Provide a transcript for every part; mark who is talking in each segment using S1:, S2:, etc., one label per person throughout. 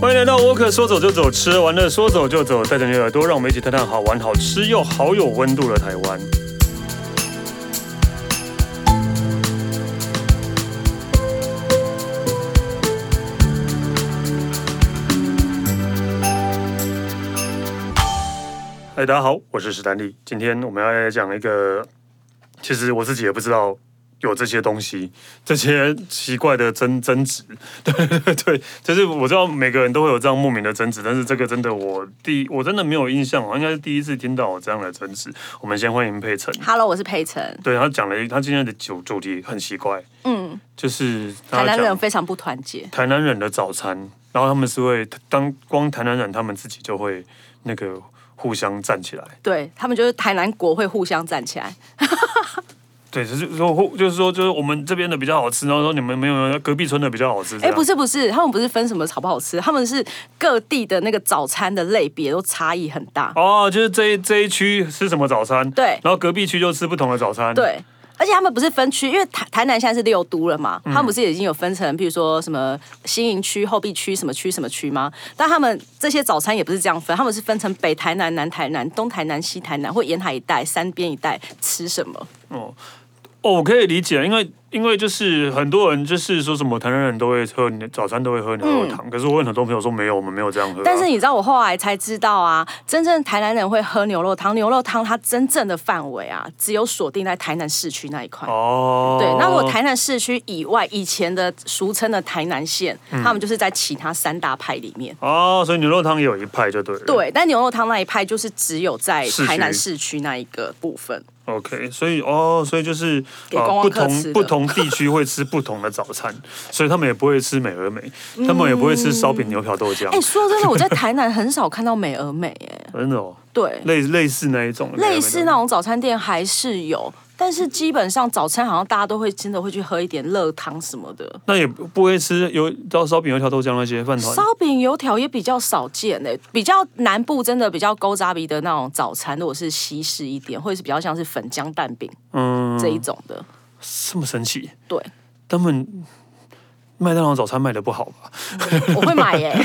S1: 欢迎来到沃克，说走就走，吃完了说走就走，带着你的耳朵，让我们一起探探好玩、好吃又好有温度的台湾。嗨，哎大家好，我是史丹利。今天我们要来讲一个，其实我自己也不知道有这些东西，这些奇怪的争争执。 对对对，就是我知道每个人都会有这样莫名的争执，但是这个真的我第我真的没有印象，我应该是第一次听到有这样的争执。我们先欢迎佩晨，
S2: Hello，我是佩晨。
S1: 对他讲了一，他今天的主主题很奇怪，
S2: 嗯，
S1: 就是
S2: 台
S1: 他
S2: 南人
S1: 讲
S2: 非常不团结，
S1: 台南人的早餐，然后他们是会当光台南人，他们自己就会那个互相站起来。
S2: 对他们就是台南国会互相站起来。
S1: 对，就是说，或就是说，就是我们这边的比较好吃，然后说你们没有隔壁村的比较好吃。
S2: 哎、不
S1: 是，啊
S2: 是不是，他们不是分什么好不好吃，他们是各地的那个早餐的类别都差异很大。
S1: 哦，就是这一这一区吃什么早餐，
S2: 对
S1: 然后隔壁区就吃不同的早餐，，
S2: 对。而且他们不是分区，因为台台南现在是六都了嘛，
S1: 嗯
S2: 他们不是已经有分成，比如说什么新营区、后壁区、什么区、什么区吗？但他们这些早餐也不是这样分，他们是分成北台南、南台南、东台南、西台南或沿海一带、山边一带吃什么。
S1: 哦，我可以理解，因为因为就是很多人就是说什么台南人都会喝牛早餐都会喝牛肉汤，可是我有很多朋友说没有，我们没有这样喝啊、
S2: 嗯但是你知道，我后来才知道啊，真正台南人会喝牛肉汤，牛肉汤它真正的范围啊，只有锁定在台南市区那一块。
S1: 哦，
S2: 对，那如果台南市区以外，以前的俗称的台南县，
S1: 嗯
S2: 他们就是在其他三大派里面。
S1: 哦，所以牛肉汤也有一派就对了，
S2: 对，但牛肉汤那一派就是只有在
S1: 市区
S2: 台南市区那一个部分。
S1: OK，所以哦，所以就是
S2: 给观光
S1: 不
S2: 客
S1: 同
S2: 吃的
S1: 不同地区会吃不同的早餐，所以他们也不会吃美而美，他们也不会吃烧饼、牛瓢、豆浆
S2: 哎、，说真的，我在台南很少看到美而美、 哎，
S1: 真的哦，
S2: 对，
S1: 类类似那一种的美而美的，
S2: 类似那种早餐店还是有，但是基本上早餐好像大家都会真的会去喝一点热汤什么的。
S1: 那也不会吃油到烧饼、油条、豆浆那些饭团。
S2: 烧饼、油条也比较少见诶、比较南部真的比较勾扎鼻的那种早餐，如果是西式一点，或者是比较像是粉浆蛋饼
S1: 嗯，
S2: 这一种的，
S1: 这么神奇，
S2: 对
S1: 他们麦当劳早餐卖的不好吧？
S2: 我会买欸耶、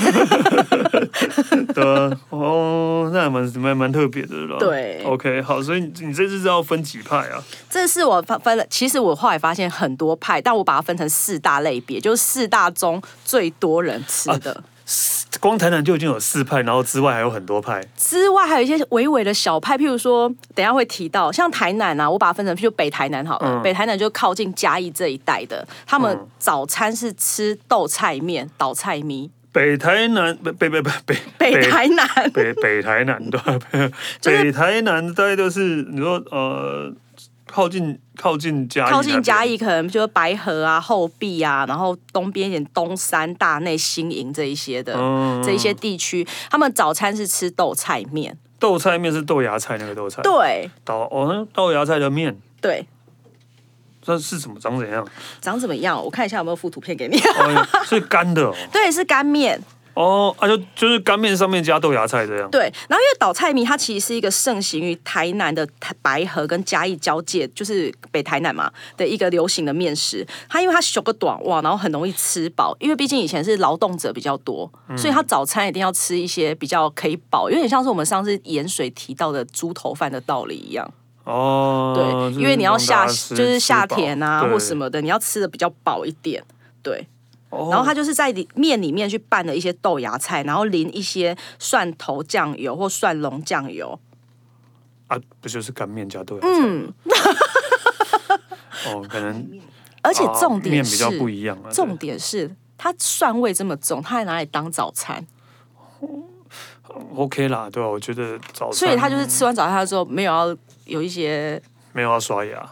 S1: 对啊，哦，那还蛮蛮蛮特别的了。
S2: 对
S1: ，OK，好，所以你你这次是要分几派啊？
S2: 这是我分分了，其实我后来发现很多派，但我把它分成四大类别，就是四大中最多人吃的。
S1: 啊光台南就已经有四派，然后之外还有很多派。
S2: 之外，还有一些微微的小派，譬如说，等一下会提到，像台南啊，我把它分成就北台南好了，
S1: 嗯
S2: 北台南就靠近嘉义这一带的，他们早餐是吃豆菜面、倒菜米。
S1: 北台南北北北北
S2: 北台南
S1: 北 北台南对 吧，
S2: 就是
S1: 北台南大概都是你说呃靠近靠近嘉义那边，
S2: 靠近嘉义，可能就是白河啊、后壁啊，然后东边一点东山、大内、新营这一些的、
S1: 嗯
S2: 这一些地区，他们早餐是吃豆菜面，
S1: 豆菜面是豆芽菜那个豆菜，
S2: 对
S1: 豆哦那豆芽菜的面。
S2: 对，
S1: 这是怎么长怎样？
S2: 长怎么样？我看一下有没有附图片给你。
S1: 哦， 是干的哦。
S2: 对，是干面。
S1: 哦，啊就就是干面上面加豆芽菜这样。
S2: 对，然后因为倒菜米它其实是一个盛行于台南的台白河跟嘉义交界，就是北台南嘛的一个流行的面食。它因为它小个短哇，然后很容易吃饱，因为毕竟以前是劳动者比较多，
S1: 嗯
S2: 所以它早餐一定要吃一些比较可以饱，有点像是我们上次盐水提到的猪头饭的道理一样。
S1: 哦，
S2: 对，
S1: 就是
S2: 因为你要
S1: 让大家
S2: 下就
S1: 吃
S2: 是下
S1: 吃饱
S2: 田啊
S1: 对
S2: 或什么的，你要吃的比较饱一点。对，
S1: 哦
S2: 然后它就是在里面里面去拌了一些豆芽菜，然后淋一些蒜头酱油或蒜蓉酱油。
S1: 啊，不就是干面加豆芽菜？嗯，哦，可能
S2: 而且
S1: 哦
S2: 重
S1: 面
S2: 点
S1: 比
S2: 是，
S1: 较不一样啊。
S2: 重点是它蒜味这么重，它还拿来当早餐，
S1: 对 OK 啦，对吧、啊我觉得早餐
S2: 所以它就是吃完早餐之后没有要有一些，
S1: 没有要刷牙，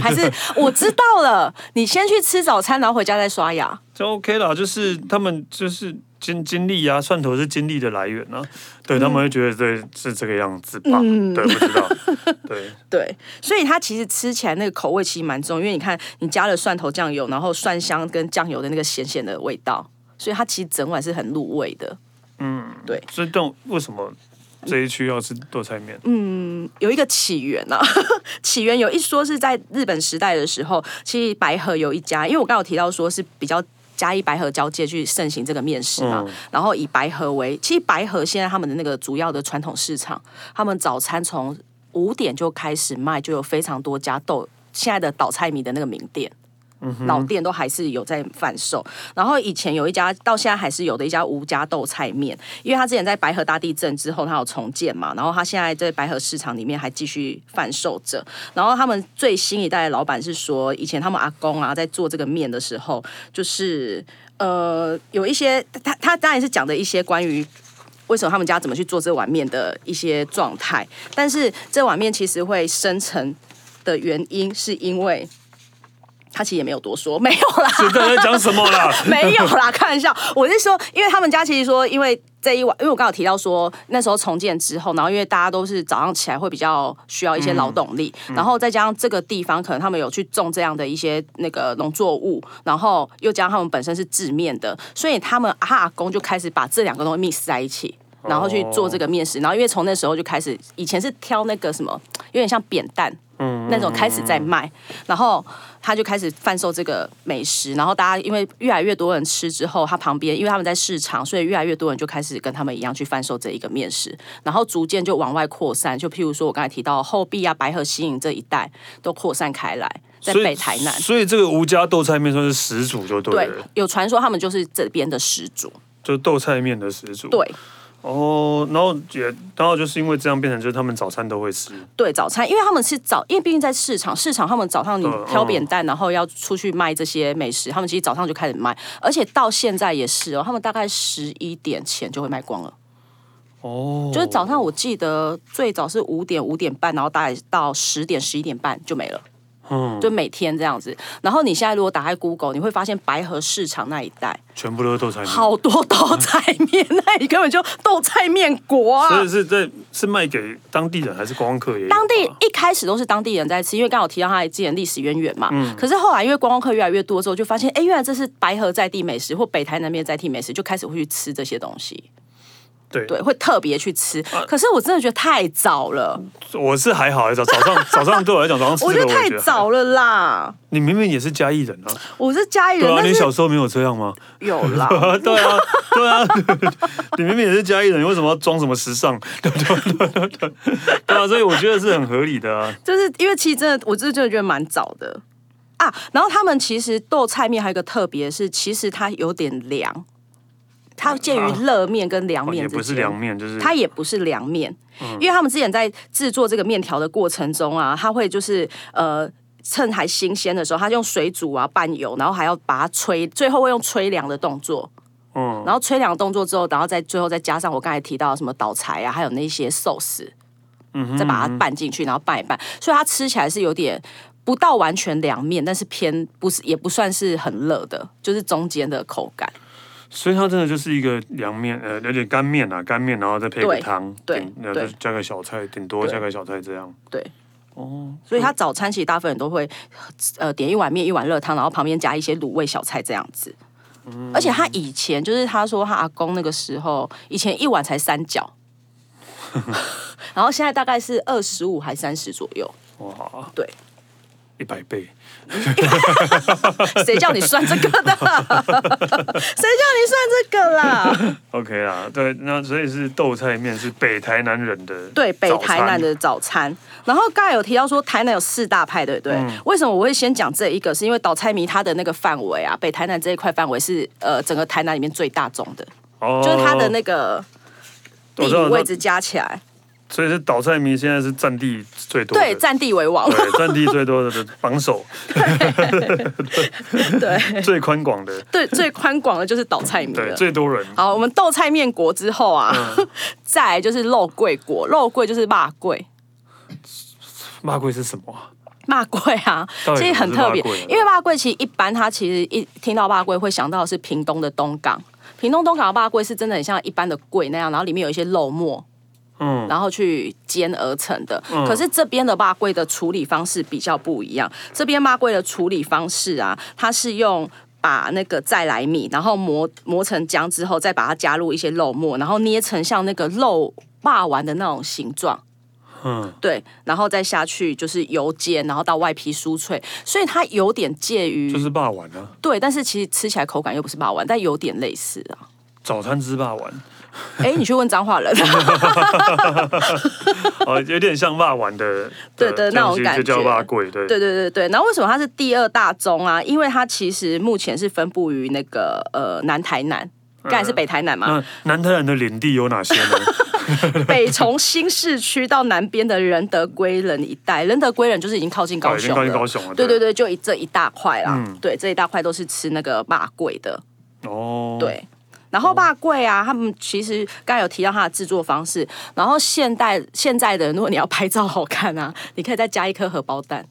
S2: 还是我知道了，你先去吃早餐，然后回家再刷牙。
S1: 就 OK 啦。就是他们就是精精力啊，蒜头是精力的来源啊。对、他们会觉得对是这个样子吧？
S2: 嗯
S1: 对，不 知道，对，
S2: 对，所以它其实吃起来那个口味其实蛮重，因为你看你加了蒜头酱油，然后蒜香跟酱油的那个咸咸的味道，所以它其实整碗是很入味的。
S1: 所以但为什么这一区要吃豆菜面？
S2: 嗯有一个起源啊， 起源有一说是在日本时代的时候，其实白河有一家，因为我刚刚有提到说是比较。嘉义白河交界去盛行这个面食嘛，
S1: 嗯
S2: 然后以白河为，其实白河现在他们的那个主要的传统市场，他们早餐从五点就开始卖，就有非常多家豆现在的倒菜米的那个名店。老店都还是有在贩售，然后以前有一家，到现在还是有的一家吴家豆菜面，因为他之前在白河大地震之后，他有重建嘛，然后他现在在白河市场里面还继续贩售着。然后他们最新一代的老板是说，以前他们阿公啊在做这个面的时候，就是呃有一些他他当然是讲的一些关于。为什么他们家怎么去做这碗面的一些状态？但是这碗面其实会生成的原因，是因为他其实也没有多说，没有啦，
S1: 这在讲什么啦？
S2: 没有啦，开玩笑。我是说，因为他们家其实说，因为这一晚，因为我刚好提到说，那时候重建之后，然后因为大家都是早上起来会比较需要一些劳动力，然后再加上这个地方可能他们有去种这样的一些那个农作物，然后又加上他们本身是制面的，所以他们阿公就开始把这两个东西 mix 在一起。然后去做
S1: 哦
S2: 这个面食，然后因为从那时候就开始，以前是挑那个什么，有点像扁担，
S1: 嗯
S2: 那种开始在卖，然后他就开始贩售这个美食，然后大家因为越来越多人吃之后，他旁边因为他们在市场，所以越来越多人就开始跟他们一样去贩售这一个面食，然后逐渐就往外扩散，就譬如说我刚才提到后壁啊、白河、西营这一带都扩散开来，在
S1: 所以
S2: 北台南，
S1: 所以这个吴家豆菜面算是始祖就对
S2: 对
S1: 了，，
S2: 有传说他们就是这边的始祖，
S1: 就是豆菜面的始祖。
S2: 对。
S1: 哦，然后也，然后就是因为这样变成就是他们早餐都会吃，
S2: 对早餐，因为他们是早，因为毕竟在市场，市场他们早上你
S1: 嗯
S2: 挑扁担，然后要出去卖这些美食，他们其实早上就开始卖，而且到现在也是哦，他们大概十一点前就会卖光了。
S1: 哦，
S2: 就是早上我记得最早是五点五点半，然后大概到十点十一点半就没了。
S1: 嗯，
S2: 就每天这样子。然后你现在如果打开 Google，你会发现白河市场那一带
S1: 全部都是豆菜面，
S2: 好多 豆菜面，那里根本就豆菜面国啊！
S1: 所以是在是卖给当地人还是观光客也有啊？
S2: 当地一开始都是当地人在吃，因为刚好提到他之前历史渊源嘛。可是后来因为观光客越来越多之后，就发现哎、诶原来这是白河在地美食或北台南边在地美食，就开始会去吃这些东西，
S1: 对，
S2: 对，会特别去吃。可是我真的觉得太早了，
S1: 我是还好，早早上 早上对我来讲早上吃
S2: 我
S1: 这
S2: 觉
S1: 个
S2: 得太
S1: 也还好。
S2: 早了啦。
S1: 你明明也是嘉义人啊，
S2: 我是家里人，
S1: 对啊，
S2: 但
S1: 你
S2: 是
S1: 小时候没有这样吗？
S2: 有啦，
S1: 啊，对啊，对啊， 你明明也是嘉义人，你为什么要装什么时尚？ 对对对对对，对啊，所以我觉得是很合理的啊。
S2: 就是因为其实真的，我真的真的觉得蛮早的啊。然后他们其实豆菜面还有一个特别是，其实它有点凉，它介于热面跟凉面
S1: 也
S2: 之间。
S1: 不是凉面，就是
S2: 它也不是凉面，因为他们之前在制作这个面条的过程中啊，他会就是呃。趁还新鲜的时候，他用水煮啊拌油，然后还要把它吹，最后会用吹凉的动作，
S1: 嗯，
S2: 然后吹凉动作之后，然后再最后再加上我刚才提到的什么倒柴啊，还有那些寿司，再把它拌进去，然后拌一拌，所以它吃起来是有点不到完全凉面，但是偏不是也不算是很热的，就是中间的口感。
S1: 所以它真的就是一个凉面，呃，有点干面啊，干面，然后再配个
S2: 对
S1: 汤，
S2: 对
S1: 顶然后
S2: 对
S1: 就加个小菜，顶多
S2: 对
S1: 加个小菜这样。
S2: 对，
S1: 哦，
S2: 所以他早餐其实大部分人都会呃点一碗面一碗热汤，然后旁边加一些卤味小菜这样子。而且他以前就是他说他阿公那个时候，以前一碗才三角，然后现在大概是二十五还三十左右。
S1: 哇，
S2: 对，
S1: 一百倍，
S2: 谁叫你算这个的？谁 叫你算这个啦？
S1: OK 啦，对，那所以是豆菜面是北台南人的
S2: 对，北
S1: 早餐
S2: 台南的早餐。然后刚才有提到说台南有四大派，对不对？为什么我会先讲这一个？是因为倒菜迷它的那个范围啊，北台南这一块范围是呃整个台南里面最大众的。
S1: 哦
S2: 就是它的那个地
S1: 我知
S2: 理
S1: 道
S2: 位置加起来，
S1: 所以是倒菜迷现在是占地最多的，
S2: 对，占地为王，
S1: 对占地最多的榜首，
S2: 对
S1: 最宽广的，
S2: 对，最宽广的就是倒菜米
S1: 对，
S2: 了。
S1: 最多人。
S2: 好，我们豆菜面国之后啊，再来就是肉桂国，肉桂就是辣桂。
S1: 骂贵是什么啊？
S2: 骂桂啊
S1: 到，底
S2: 其实很特别
S1: 什么是骂桂啊，
S2: 因为骂桂其实一般，他其实一听到骂桂会想到的是屏东的东港，屏东东港的骂桂是真的很像一般的桂那样，然后里面有一些肉末，
S1: 嗯，
S2: 然后去煎而成的。可是这边的麻桂的处理方式比较不一样，这边麻桂的处理方式啊，它是用。把那个再来米，然后磨磨成浆之后，再把它加入一些肉末，然后捏成像那个肉霸丸的那种形状，
S1: 嗯，
S2: 对，然后再下去就是油煎，然后到外皮酥脆，所以它有点介于、
S1: 就是霸碗啊，
S2: 对，但是其实吃起来口感又不是霸王，但有点类似啊。
S1: 早餐吃霸碗，
S2: 哎，你去问彰化人，
S1: 哦，有点像霸碗的，
S2: 对对那种
S1: 东西
S2: 感
S1: 就叫
S2: 觉
S1: 霸贵，对
S2: 对对对对。然后为什么它是第二大宗啊？因为它其实目前是分布于那个呃南台南。
S1: 嗯
S2: 刚才是北台南嘛，
S1: 那南台南的领地有哪些 呢？嗯
S2: 北从新市区到南边的仁德归仁一带，仁德归仁就是已经靠近高
S1: 哦已经
S2: 雄了，
S1: 靠近高雄了，
S2: 对对
S1: 对
S2: 对，就一这一大块啦，
S1: 嗯
S2: 对，这一大块都是吃那个霸贵的，
S1: 哦，，
S2: 对。然后霸贵啊，他们其实刚才有提到它的制作方式。然后现代现在的人，如果你要拍照好看啊，你可以再加一颗荷包蛋，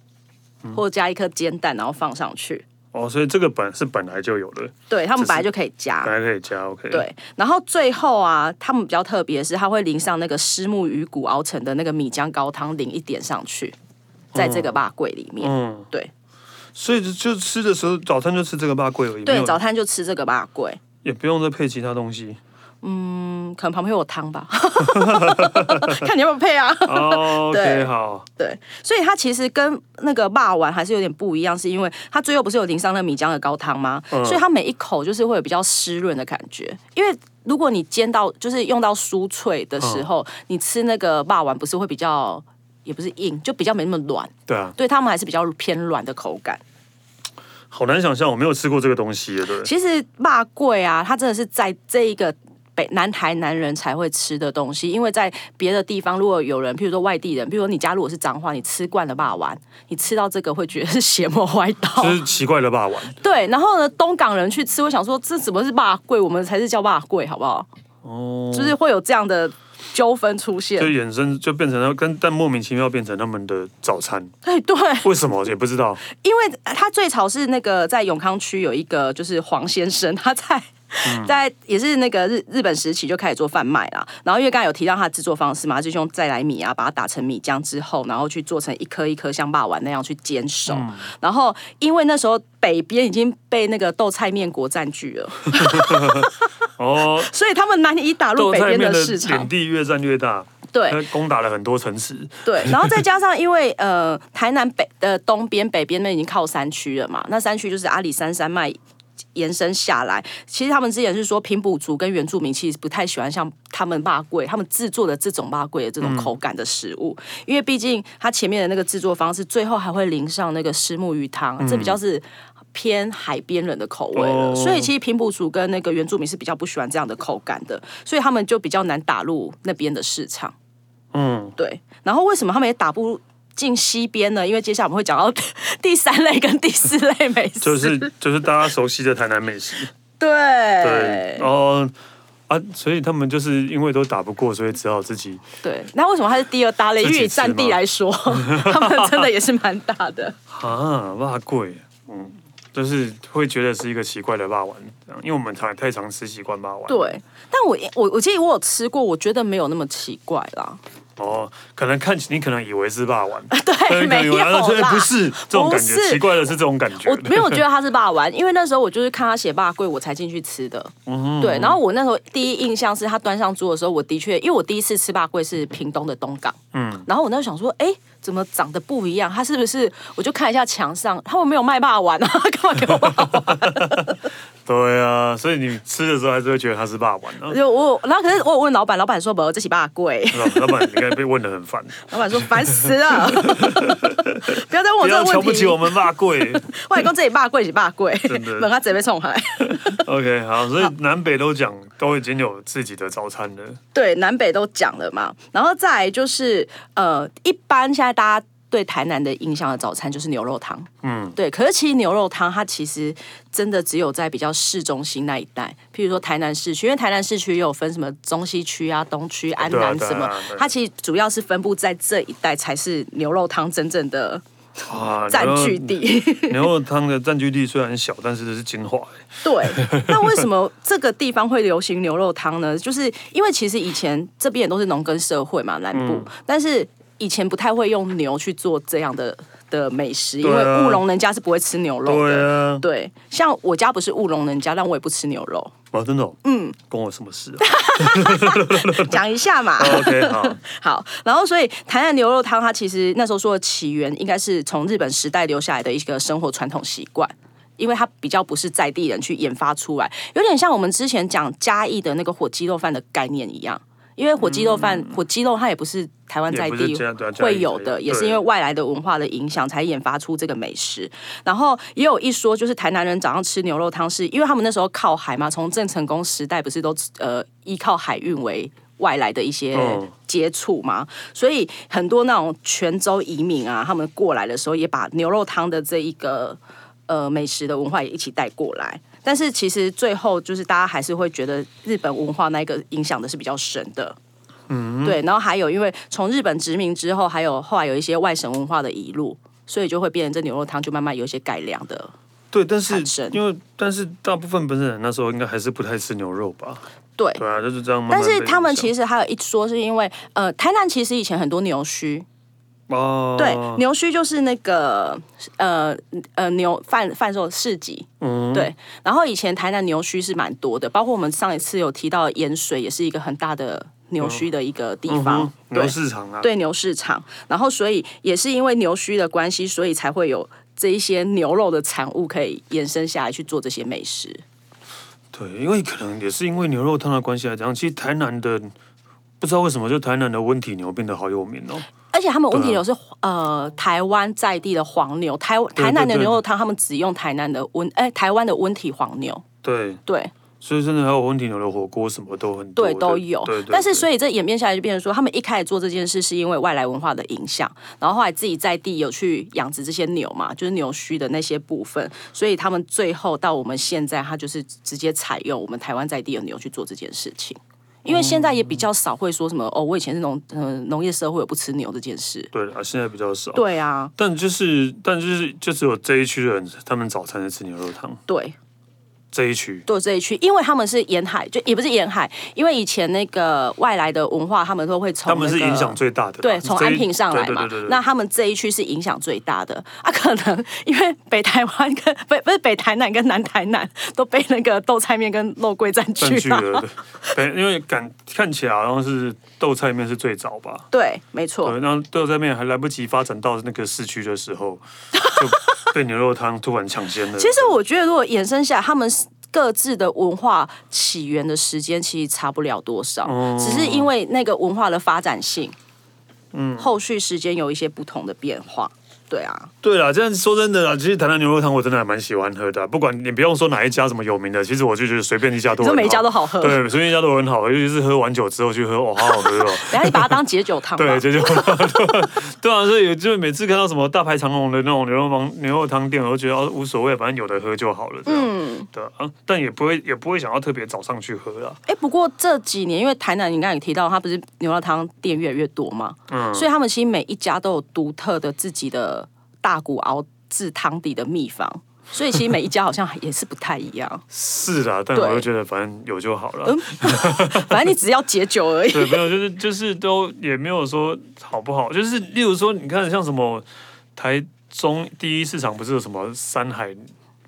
S1: 嗯
S2: 或者加一颗煎蛋，然后放上去。
S1: 哦，所以这个本是本来就有的，
S2: 对他们
S1: 只是
S2: 本来就可以加。
S1: 本来可以加，OK，，
S2: 对，然后最后啊，他们比较特别的是，他会淋上那个虱目鱼骨熬成的那个米浆高汤，淋一点上去，在这个霸柜里面。
S1: 嗯，
S2: 对，
S1: 所以就就吃的时候早餐就吃这个霸贵而已，没
S2: 对，
S1: 有
S2: 早餐就吃这个霸柜，
S1: 也不用再配其他东 西，
S2: 嗯，可能旁边有汤吧， 看你要不要配啊。
S1: 哦，OK，
S2: 对
S1: 好，
S2: 对，所以它其实跟那个霸丸还是有点不一样，是因为它最后不是有淋上那米浆的高汤吗？
S1: 嗯
S2: 所以它每一口就是会有比较湿润的感觉，因为。如果你煎到就是用到酥脆的时候，你吃那个霸丸不是会比较，也不是硬，就比较没那么软。
S1: 对啊，
S2: 对他们还是比较偏软的口感。
S1: 好难想象，我没有吃过这个东西耶，对，
S2: 其实霸贵啊，它真的是在这一个。北南台南人才会吃的东西，因为在别的地方，如果有人，譬如说外地人，譬如说你家如果是彰化，你吃惯了霸丸， 你吃到这个会觉得是邪魔歪道。
S1: 就是奇怪的霸碗，
S2: 对，然后呢，东港人去吃，我想说这怎么是霸贵？我们才是叫霸贵，好不好？
S1: 哦，
S2: 就是会有这样的纠纷出
S1: 就
S2: 现。
S1: 衍生就变成了跟但莫名其妙变成他们的早餐，
S2: 哎，对，
S1: 为什么也不知道，
S2: 因为呃他最早是那个在永康区有一个就是黄先生，他在。
S1: 嗯
S2: 在也是那个日日本时期就开始做贩卖啦，然后因为刚才有提到它的制作方式嘛，它就是用再来米啊，把它打成米浆之后，然后去做成一颗一颗像霸丸那样去煎熟。
S1: 嗯
S2: 然后因为那时候北边已经被那个豆菜面国占据了，
S1: 哦，
S2: 所以他们难以打入
S1: 豆
S2: 北
S1: 菜
S2: 边
S1: 面
S2: 的
S1: 的
S2: 市场
S1: 领。地越占越大，
S2: 对，
S1: 它攻打了很多城市，
S2: 对，然后再加上因为呃，台南北的、东边、北边那已经靠山区了嘛，那山区就是阿里山山脉。延伸下来，其实他们之前是说平埔族跟原住民其实不太喜欢像他们霸贵，他们制作的这种霸贵的这种口感的食物，因为毕竟它前面的那个制作方式，最后还会淋上那个虱目鱼汤，这比较是偏海边人的口味了。
S1: 哦
S2: 所以其实平埔族跟那个原住民是比较不喜欢这样的口感的，所以他们就比较难打入那边的市场。
S1: 嗯，
S2: 对，然后为什么他们也打不进西边呢？因为接下来我们会讲到 第三类跟第四类美食，
S1: 就是就是大家熟悉的台南美食，
S2: 对
S1: 对，哦啊，所以他们就是因为都打不过，所以只好自己
S2: 对那为什么它是第二大类？因
S1: 自己
S2: 为以
S1: 吃
S2: 占地
S1: 吗
S2: 来说， 他们真的也是蛮大的。
S1: 啊，辣贵，嗯，就是会觉得是一个奇怪的辣丸，这样因为我们太太常吃习惯辣丸，，
S2: 对，但我我我记得我有吃过，我觉得没有那么奇怪啦。
S1: 哦，可能看起你可能以为是辣丸，
S2: 啊 对，
S1: 但
S2: 没
S1: 是
S2: 有
S1: 可能以为
S2: 啦，
S1: 哎不是这种感觉
S2: 不，是
S1: 奇怪的是这种感觉，
S2: 我没有觉得它是霸王，因为那时候我就是看他写霸柜，我才进去吃的。
S1: 嗯
S2: 对，然后我那时候第一印象是他端上桌的时候，我的确，因为我第一次吃霸柜是屏东的东港，
S1: 嗯
S2: 嗯，然后我那时候想说，哎、怎么长得不一样？他是不是？我就看一下墙上，他们没有卖霸王啊， 干嘛给我霸王？
S1: 对啊，所以你吃的时候还是会觉得它是辣丸 啊。
S2: 就我，然后可是我有问老板，老板说不，这是霸柜。
S1: 老老板应该被问的很烦，
S2: 老板说烦死了， 不要再问我
S1: 不
S2: 这个
S1: 要瞧
S2: 问
S1: 不起
S2: 题
S1: 我。们辣 贵。
S2: 外公这里霸柜是霸柜，
S1: 的
S2: 门他直接被 冲海。
S1: OK，好，所以南北都讲都已经有自己的早餐了。
S2: 对，南北都讲了嘛。然后再来就是，呃，一般现在大家对台南的印象的早餐就是牛肉汤，
S1: 嗯，
S2: 对。可是其实牛肉汤它其实真的只有在比较市中心那一带，譬如说台南市区，因为台南市区也有分什么中西区啊、东区、安
S1: 对啊
S2: 南
S1: 对啊
S2: 什么，
S1: 对啊
S2: 它其实主要是分布在这一带才是牛肉汤真正的
S1: 哇，
S2: 占
S1: 牛肉
S2: 据地。
S1: 牛肉汤的占据地虽然小，但是这是精华、
S2: 对，那为什么这个地方会流行牛肉汤呢？就是因为其实以前这
S1: 嗯
S2: 边也都是农耕社会嘛，南部，但是以前不太会用牛去做这样的的美食，因
S1: 对啊
S2: 为务农人家是不会吃牛肉
S1: 对
S2: 的。
S1: 啊，
S2: 对，像我家不是务农人家，但我也不吃牛肉。
S1: 哦，真的、哦，嗯，关我什么事、啊、
S2: 讲一下嘛。
S1: ？OK，好，
S2: 好，然后所以台南牛肉汤，它其实那时候说的起源应该是从日本时代留下来的一个生活传统习惯。因为它比较不是在地人去研发出来，有点像我们之前讲嘉义的那个火鸡肉饭的概念一样。因为火鸡肉饭，火鸡肉它也不是台湾
S1: 嗯
S2: 在
S1: 也不
S2: 地
S1: 是这样对啊嘉义
S2: 会有的，
S1: 才有
S2: 也是因为外来的文化的影响才研发出这个美食。然后也有一说，就是台南人早上吃牛肉汤是，因为他们那时候靠海嘛，从郑成功时代不是都呃依靠海运为外来的一些
S1: 嗯
S2: 接触嘛，所以很多那种泉州移民啊，他们过来的时候也把牛肉汤的这一个呃美食的文化也一起带过来。但是其实最后就是大家还是会觉得日本文化那个影响的是比较深的。嗯，对，然后还有因为从日本殖民之后，还有后来有一些外省文化的移入，所以就会变成这牛肉汤就慢慢有一些改良的。
S1: 对，但是
S2: 产生
S1: 因为但是大部分本省人那时候应该还是不太吃牛肉吧？
S2: 对，
S1: 对啊，就是这样慢慢
S2: 但
S1: 被影
S2: 是
S1: 响。
S2: 他们其实还有一说是因为呃，台南其实以前很多牛墟，
S1: 哦，
S2: 对，牛墟就是那个呃呃牛贩贩售市集，
S1: 嗯，
S2: 对。然后以前台南牛墟是蛮多的，包括我们上一次有提到盐水也是一个很大的牛墟的一个地
S1: 嗯
S2: 方
S1: 哼，牛
S2: 对
S1: 市场啊，
S2: 对牛市场。然后所以也是因为牛墟的关系，所以才会有这一些牛肉的产物可以延伸下来去做这些美食。
S1: 对，因为可能也是因为牛肉汤的关系来讲，其实台南的不知道为什么，就台南的温体牛变得好有名哦。
S2: 而且他们问题
S1: 对啊
S2: 牛是、呃台湾在地的黄牛，台
S1: 对
S2: 台南的
S1: 对
S2: 牛肉汤，他们只用台南的温哎、台湾的温体黄牛，
S1: 对，
S2: 对。
S1: 所以甚至还有温体牛的火锅什么都很多
S2: 对，都有。
S1: 对对，
S2: 但是，所
S1: 以
S2: 以这演变下来就变成说，他们一开始做这件事是因为外来文化的影响，然后后来自己在地有去养殖这些牛嘛，就是牛须的那些部分，所以他们最后到我们现在，他就是直接采用我们台湾在地的牛去做这件事情。因为现在也比较少会说什么哦，我以前是农呃农业社会，我不吃牛这件事。
S1: 对啊，现在比较少。
S2: 对啊，
S1: 但就是，但就是，就只有这一区的人，他们早餐是吃牛肉汤。
S2: 对，
S1: 这一区，
S2: 做这一区，因为他们是沿海，就也不是沿海，因为以前那个外来的文化，他们都会从、
S1: 他
S2: 那个、
S1: 们是影响最大的。
S2: 对，从
S1: 这一
S2: 安平上来嘛
S1: 对对对对，
S2: 那他们这一区是影响最大的啊，可能因为北台湾跟北不是北台南跟南台南都被那个豆菜面跟肉桂占
S1: 占
S2: 据
S1: 据
S2: 了，
S1: 了。对，因为感看起来好像是豆菜面是最早吧。
S2: 对，没错，
S1: 对，那豆菜面还来不及发展到那个市区的时候， 就被牛肉汤突然抢先了。
S2: 其实我觉得，如果衍生下来，他们各自的文化起源的时间其实差不了多少，
S1: 哦
S2: 只是因为那个文化的发展性，嗯，后续时间有一些不同的变化，对啊，
S1: 对啦，这样说真的啦，其实台南牛肉汤我真的还蛮喜欢喝的啊、不管你不用说哪一家什么有名的，其实我就觉得随便一家都
S2: 你
S1: 很好。
S2: 说每一家都好喝，
S1: 对，随便一家都很好喝，尤其是喝完酒之后去喝，哦，好好喝哦。
S2: 等一下你把它当解酒汤吧，
S1: 对，这就 对啊，所以就是每次看到什么大排长龙的那种牛肉汤牛肉汤店，我就觉得哦无所谓，反正有的喝就好了。嗯，对啊，但也不会也不会想要特别早上去喝啦。
S2: 哎、不过这几年，因为台南你刚才也提到，它不是牛肉汤店越来越多嘛，
S1: 嗯
S2: 所以他们其实每一家都有独特的自己的大骨熬制汤底的秘方，所以其实每一家好像也是不太一样。
S1: 是啦，但
S2: 对嗯
S1: 我就觉得反正有就好了。
S2: 反正你只要解酒 而已。
S1: 对，没有，就是就是都也没有说好不好，就是例如说，你看像什么台中第一市场不是有什么山海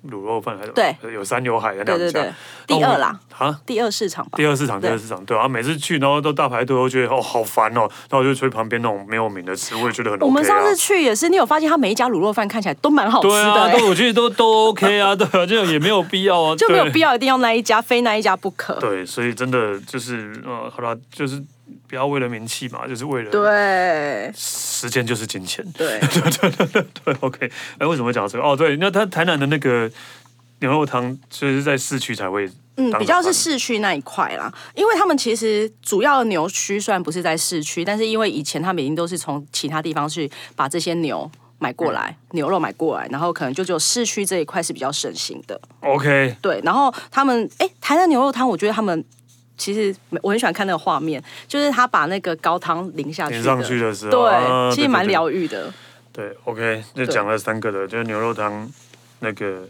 S1: 卤肉饭，还是
S2: 对
S1: 有山有海的
S2: 对
S1: 两家，
S2: 对对，
S1: 那我
S2: 第二啦，
S1: 啊。
S2: 第二市场吧。
S1: 第二市场，第
S2: 对
S1: 二市场，对啊，每次去然后都大排队，我觉得哦好烦哦，然后我就去旁边那种没有名的吃，我也觉得很 OK 啊。
S2: 我们上次去也是，你有发现它每一家卤肉饭看起来都蛮好吃
S1: 对
S2: 的、
S1: 啊，
S2: 欸
S1: 都我觉得都都 OK 啊，对啊，就也没有必要啊，
S2: 就没有
S1: 对
S2: 必要一定要那一家，非那一家不可。
S1: 对，所以真的就是呃，好了，就是不要为了名气嘛，就是为了
S2: 对
S1: 时间就是金钱。
S2: 对，
S1: 对，OK，哎、为什么会讲到这个？哦，对，那他台南的那个牛肉汤，就是在市区才会当
S2: 嗯
S1: 早，餐，
S2: 比较是市区那一块啦，因为他们其实主要的牛区虽然不是在市区，但是因为以前他们已经都是从其他地方去把这些牛买过
S1: 嗯
S2: 来，牛肉买过来，然后可能就只有市区这一块是比较盛行的。
S1: OK，
S2: 对，然后他们哎、台南牛肉汤，我觉得他们其实我很喜欢看那个画面，就是他把那个高汤淋下去
S1: 淋
S2: 的，
S1: 上去的时候，
S2: 对，
S1: 啊
S2: 其实蛮。疗愈的。
S1: 对对对，OK，就讲了三个的，就是牛肉汤，那个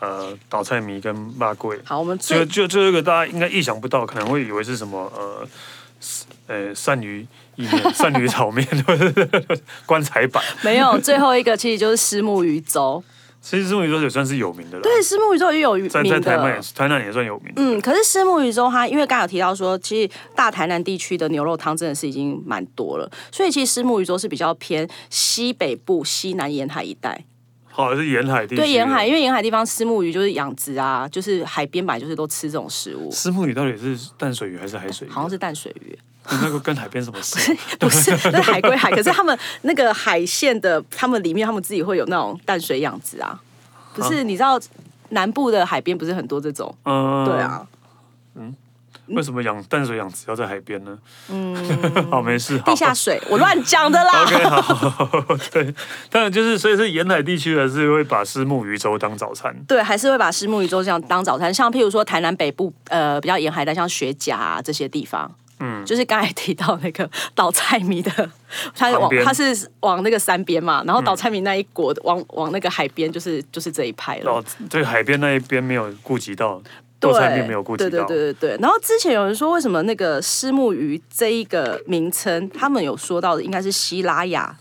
S1: 呃，倒菜米跟辣桂。
S2: 好，我们
S1: 就
S2: 最
S1: 就就这个大家应该意想不到，可能会以为是什么呃呃鳝鱼意面、鳝鱼炒面、 棺材板，
S2: 没有，最后一个其实就是虱目鱼粥。
S1: 其实这种鱼粥也算是有名的了。
S2: 对，虱目鱼粥也有名
S1: 啊在在台湾也
S2: 的。
S1: 是，台南也算有名。
S2: 嗯，可是虱目鱼粥它，因为刚刚有提到说，其实大台南地区的牛肉汤真的是已经蛮多了，所以其实虱目鱼粥是比较偏西北部、西南沿海一带。
S1: 好，是沿海地区。
S2: 对沿海，。因为沿海地方虱目鱼就是养殖啊，就是海边本来就是都吃这种食物，
S1: 石目鱼到底是淡水鱼还是海水鱼？
S2: 好像是淡水鱼，
S1: 那个跟海边什么事？
S2: 不 是，那是海归海。可是他们那个海线的，他们里面他们自己会有那种淡水养殖啊，不是？你知道南部的海边不是很多这种？
S1: 嗯，
S2: 对。啊，
S1: 为什么养淡水养殖要在海边呢？嗯， 好，没事。好
S2: 地下水，我乱讲的啦。
S1: OK，好， 对，当然就是，所以是沿海地区还是会把虱目鱼粥当早餐。
S2: 对，还是会把虱目鱼粥这样当早餐，像譬如说台南北部呃比较沿海的，像学甲、啊、这些地方。嗯，就是刚才提到那个倒菜米的， 它
S1: 旁
S2: 往
S1: 边嗯
S2: 它是往那个山边嘛，然后倒菜米那一国、往往那个海边，就是就是这一派
S1: 然
S2: 了。
S1: 后对海边那一边没有顾及到，
S2: 对
S1: 豆菜面没有顾及
S2: 对对
S1: 到。
S2: 对对对。然后之前有人说，为什么那个虱目鱼这一个名称，他们有说到的应该是希拉雅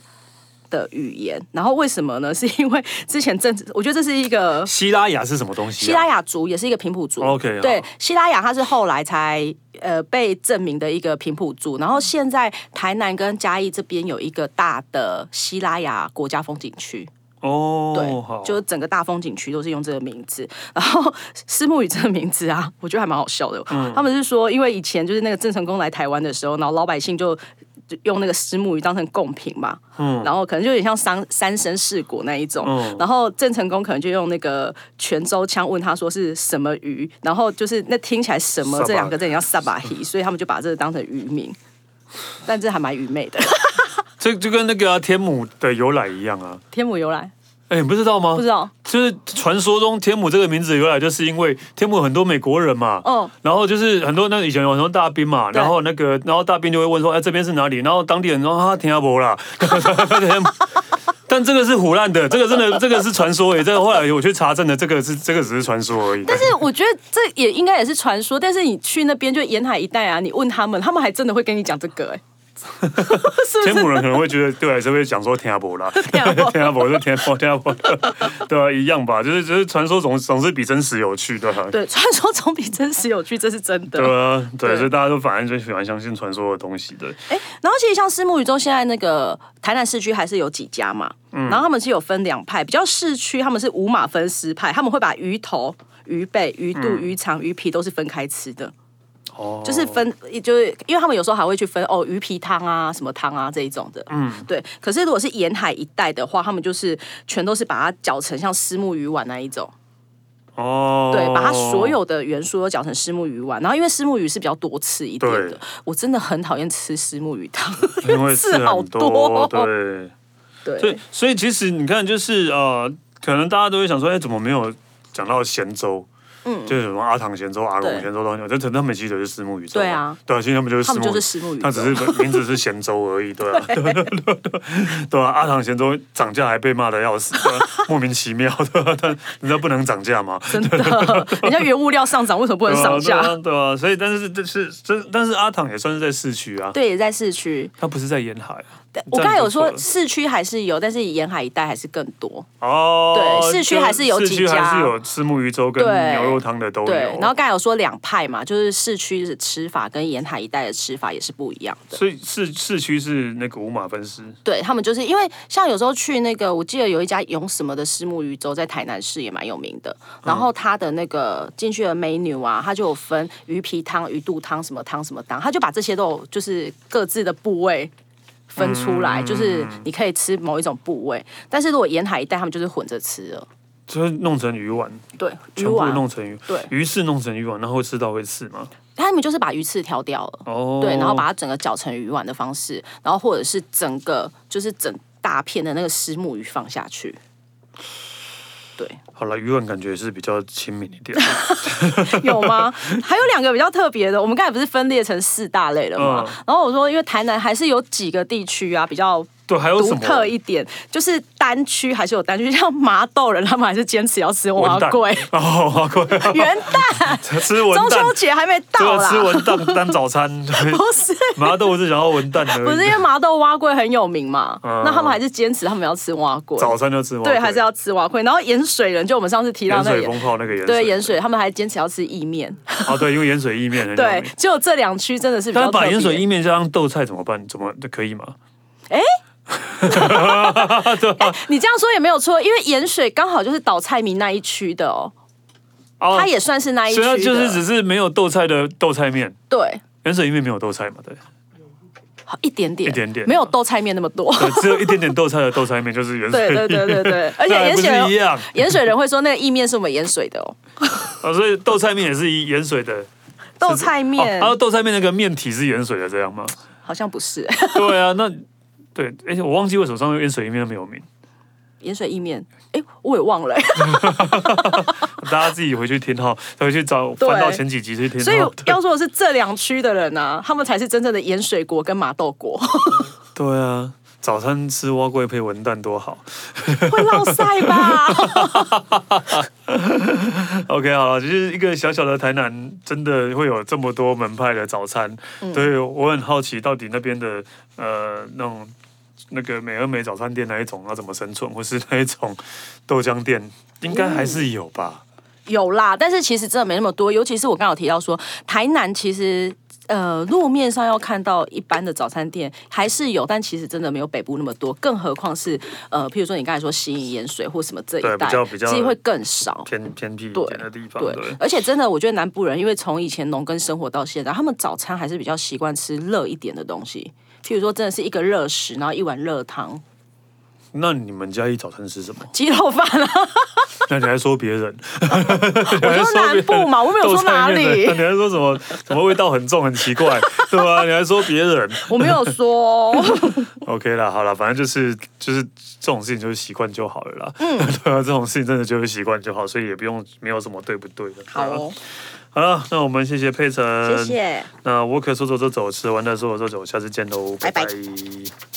S2: 的语言，然后为什么呢？是因为之前政治，我觉得这是一 个
S1: 希拉雅是什么东西、啊？
S2: 希拉雅族也是一个平埔族。
S1: OK，
S2: 对
S1: 好，
S2: 希拉雅它是后来才呃被证明的一个平埔族，然后现在台南跟嘉义这边有一个大的希拉雅国家风景区，对，
S1: 哦，好，
S2: 就是整个大风景区都是用这个名字。然后思慕语这个名字啊， 我觉得还蛮好笑的。
S1: 嗯
S2: 他们是说，因为以前就是那个郑成功来台湾的时候，然后老百姓就。就用那个石目鱼当成贡品嘛，然后可能就有点像三三生四果那一种，
S1: 嗯
S2: 然后郑成功可能就用那个泉州腔问他说是什么鱼，然后就是那听起来什么
S1: 萨巴
S2: 这两个字很像萨巴 希，所以他们就把这个当成渔名，但这还蛮愚昧的。
S1: 这就跟那个、啊、天母的由来一样啊。
S2: 天母由来
S1: 哎，你不知道吗？
S2: 不知道，
S1: 就是传说中天母这个名字的由来，就是因为天母有很多美国人嘛，
S2: 嗯
S1: 然后就是很多那以前有很多大兵嘛，
S2: 对
S1: 然后那个然后大兵就会问说，哎，这边是哪里？然后当地人说啊，天下伯啦。 但这个是胡乱的，这个真的，这个是传说而已。这个后来我去查证的，这个是这个只是传说而已。
S2: 但是我觉得这也应该也是传说，但是你去那边就沿海一带啊，你问他们，他们还真的会跟你讲这个、欸，是
S1: 天
S2: 不是？
S1: 母人可能会觉得，对，啊还是会讲说天下 伯啦，
S2: 天 下伯
S1: 天下伯是天下伯，天下伯， 对啊，一样吧，就是就是传说总总是比真实有趣的、啊。
S2: 对，传说总比真实有趣，这是真的。
S1: 对啊，对，
S2: 对
S1: 所以大家都反正就喜欢相信传说的东西的。
S2: 哎、然后其实像思慕宇宙现在那个台南市区还是有几家嘛，
S1: 嗯
S2: 然后他们是有分两派，比较市区他们是五马分尸派，他们会把鱼头、鱼背、鱼肚、鱼肠、鱼皮都是分开吃的。
S1: 嗯哦，
S2: 就是分，就是因为他们有时候还会去分哦，鱼皮汤啊、什么汤啊这一种的，嗯，对。可是如果是沿海一带的话，他们就是全都是把它搅成像虱目鱼丸那一种，
S1: 哦，
S2: 对，把它所有的元素都搅成虱目鱼丸。然后因为虱目鱼是比较多刺一点
S1: 对
S2: 的，我真的很讨厌吃虱目鱼汤，
S1: 因为
S2: 刺
S1: 刺
S2: 好
S1: 很
S2: 多
S1: 对，所以
S2: 对，
S1: 所以其实你看，就是呃，可能大家都会想说，哎，怎么没有讲到咸粥？嗯，就是什么阿糖咸粥、阿龙
S2: 对
S1: 咸粥都有，这他们其实就是虱目鱼粥啊。
S2: 对啊
S1: 对，其实他们就是
S2: 他们
S1: 虱目
S2: 就是虱目鱼
S1: 它只是名字是咸粥而已，对啊， 对啊对啊对啊对啊，阿糖咸粥涨价还被骂的要死， 对啊莫名其妙的，但人家不能涨价嘛，
S2: 真的， 人家原物料上涨为什么不能
S1: 对啊
S2: 上
S1: 对
S2: 架？
S1: 啊，对啊，所以但是这是这，但是阿糖也算是在市区啊，
S2: 对，也在市区。
S1: 它不是在沿海。啊
S2: 我刚才有说
S1: 这样就错了
S2: 市区还是有，但是沿海一带还是更多。
S1: 哦，
S2: 对市区
S1: 就
S2: 还是有
S1: 市
S2: 几
S1: 区还
S2: 家
S1: 是有吃木鱼粥跟
S2: 对
S1: 牛肉汤的哦都有。
S2: 对，然后刚才有说两派嘛，就是市区的吃法跟沿海一带的吃法也是不一样的。
S1: 所以市市区是那个五马分尸，
S2: 对他们就是因为像有时候去那个，我记得有一家永什么的虱目鱼粥在台南市也蛮有名的，然
S1: 嗯
S2: 后它的那个进去的 menu 啊，它就有分鱼皮汤、鱼肚汤什么汤什么汤，它就把这些都有就是各自的部位。分出来，就是
S1: 嗯
S2: 你可以吃某一种部位，但是如果沿海一带，他们就是混着吃了，
S1: 就是弄成鱼丸，
S2: 对，鱼
S1: 全部
S2: 丸，
S1: 弄成鱼，
S2: 对
S1: 鱼翅弄成鱼丸，然后吃到会刺嘛。
S2: 他们就是把鱼刺挑掉了，
S1: 哦，
S2: 对，然后把它整个搅成鱼丸的方式，然后或者是整个就是整大片的那个石目鱼放下去。对，
S1: 好了，鱼丸感觉是比较亲民一点。
S2: 有吗？还有两个比较特别的，我们刚才不是分裂成四大类了吗？
S1: 嗯
S2: 然后我说，因为台南还是有几个地区啊比较
S1: 对，还有什
S2: 独
S1: 么？
S2: 特一点，就是单区还是有单区，像麻豆人他们还是坚持要吃蛙 桂、
S1: 哦，花 贵，哦
S2: 元旦，
S1: 吃文
S2: 中
S1: 蛋，
S2: 秋节还没
S1: 对
S2: 到
S1: 啊，
S2: 啦
S1: 吃，文嗯蛋当早餐，对
S2: 不是。
S1: 麻豆我只想要文蛋而已，
S2: 不是因为麻豆蛙桂很有名嘛，
S1: 嗯
S2: 那他们还是坚持他们要吃蛙桂，
S1: 早餐就吃麻
S2: 对，
S1: 豆
S2: 还是要吃蛙桂。然后盐水人就我们上次提到
S1: 盐
S2: 那
S1: 水
S2: 个，
S1: 风炮那个盐
S2: 对
S1: 水，
S2: 盐水他们还坚持要吃意面，
S1: 哦，对，因为盐水意面很有
S2: 对
S1: 名，
S2: 只有这两区真的是比
S1: 但
S2: 较
S1: 是把盐水
S2: 特别
S1: 意面加上豆菜怎么办？怎么可以吗？
S2: 哎你这样说也没有错，因为盐水刚好就是岛菜民那一区的哦，
S1: 哦
S2: 它，也算是那一区
S1: 所以它
S2: 的，
S1: 就是只是没有豆菜的豆菜面，
S2: 对。
S1: 盐水意面没有豆菜嘛， 对，
S2: 好一点点，
S1: 一点哦点
S2: 没有豆菜面那么多。
S1: 对只有一点点豆菜的豆菜面就是盐水
S2: 对
S1: 意
S2: 对
S1: 面，
S2: 对对对，而且
S1: 那还
S2: 盐
S1: 不
S2: 水
S1: 是一
S2: 人，
S1: 样，
S2: 盐水人会说那个意面是我们盐水的哦，
S1: 哦，所以豆菜面也是以盐水的。
S2: 豆菜面
S1: 哦还有豆菜面那个面体是盐水的，这样 吗？
S2: 好像不是
S1: 对啊，那对，而且我忘记为什么上面盐水意面那么有名，
S2: 盐水意面，哎，我也忘了。
S1: 大家自己回去听哈，回去找
S2: 对
S1: 翻到前几集去听哈。
S2: 所以
S1: 对
S2: 要说的是这两区的人啊，他们才是真正的盐水国跟麻豆国，
S1: 对啊，早餐吃蛙桂配文旦多好。
S2: 会落晒吧？
S1: OK，好了，就是一个小小的台南，真的会有这么多门派的早餐，
S2: 嗯
S1: 所以我很好奇，到底那边的呃那种那个美而美早餐店那一种要怎么生存，或是那一种豆浆店，应该还是有吧？
S2: 嗯有啦，但是其实真的没那么多，尤其是我刚刚有提到说，台南其实。呃，路面上要看到一般的早餐店还是有，但其实真的没有北部那么多，更何况是呃，譬如说你刚才说新营盐水或什么这一
S1: 对
S2: 带，
S1: 比较比较
S2: 机会更少。
S1: 偏偏僻一
S2: 对
S1: 点的地方，
S2: 对，而且真的，我觉得南部人因为从以前农耕生活到现在，他们早餐还是比较习惯吃热一点的东西，譬如说真的是一个热食，然后一碗热汤，？
S1: 那你们家一早餐吃什么
S2: 鸡肉饭啊，
S1: 那你还说别 人？
S2: 我说南部嘛，我没有
S1: 豆
S2: 说哪
S1: 菜面的？那
S2: 里，
S1: 你还说什么？什么味道很重，很奇怪，对吧、你还说别人？
S2: 我没有说。哦
S1: OK 啦，好啦，反正就是就是这种事情就是习惯就好了啦。嗯， 对啊，这种事情真的就是习惯就好，所以也不用没有什么对不对的。
S2: 好哦，
S1: 好了，那我们谢谢佩晨，
S2: 谢。谢。
S1: 那我可说走就走，吃完再说走就走，下次见喽，
S2: 拜拜
S1: 拜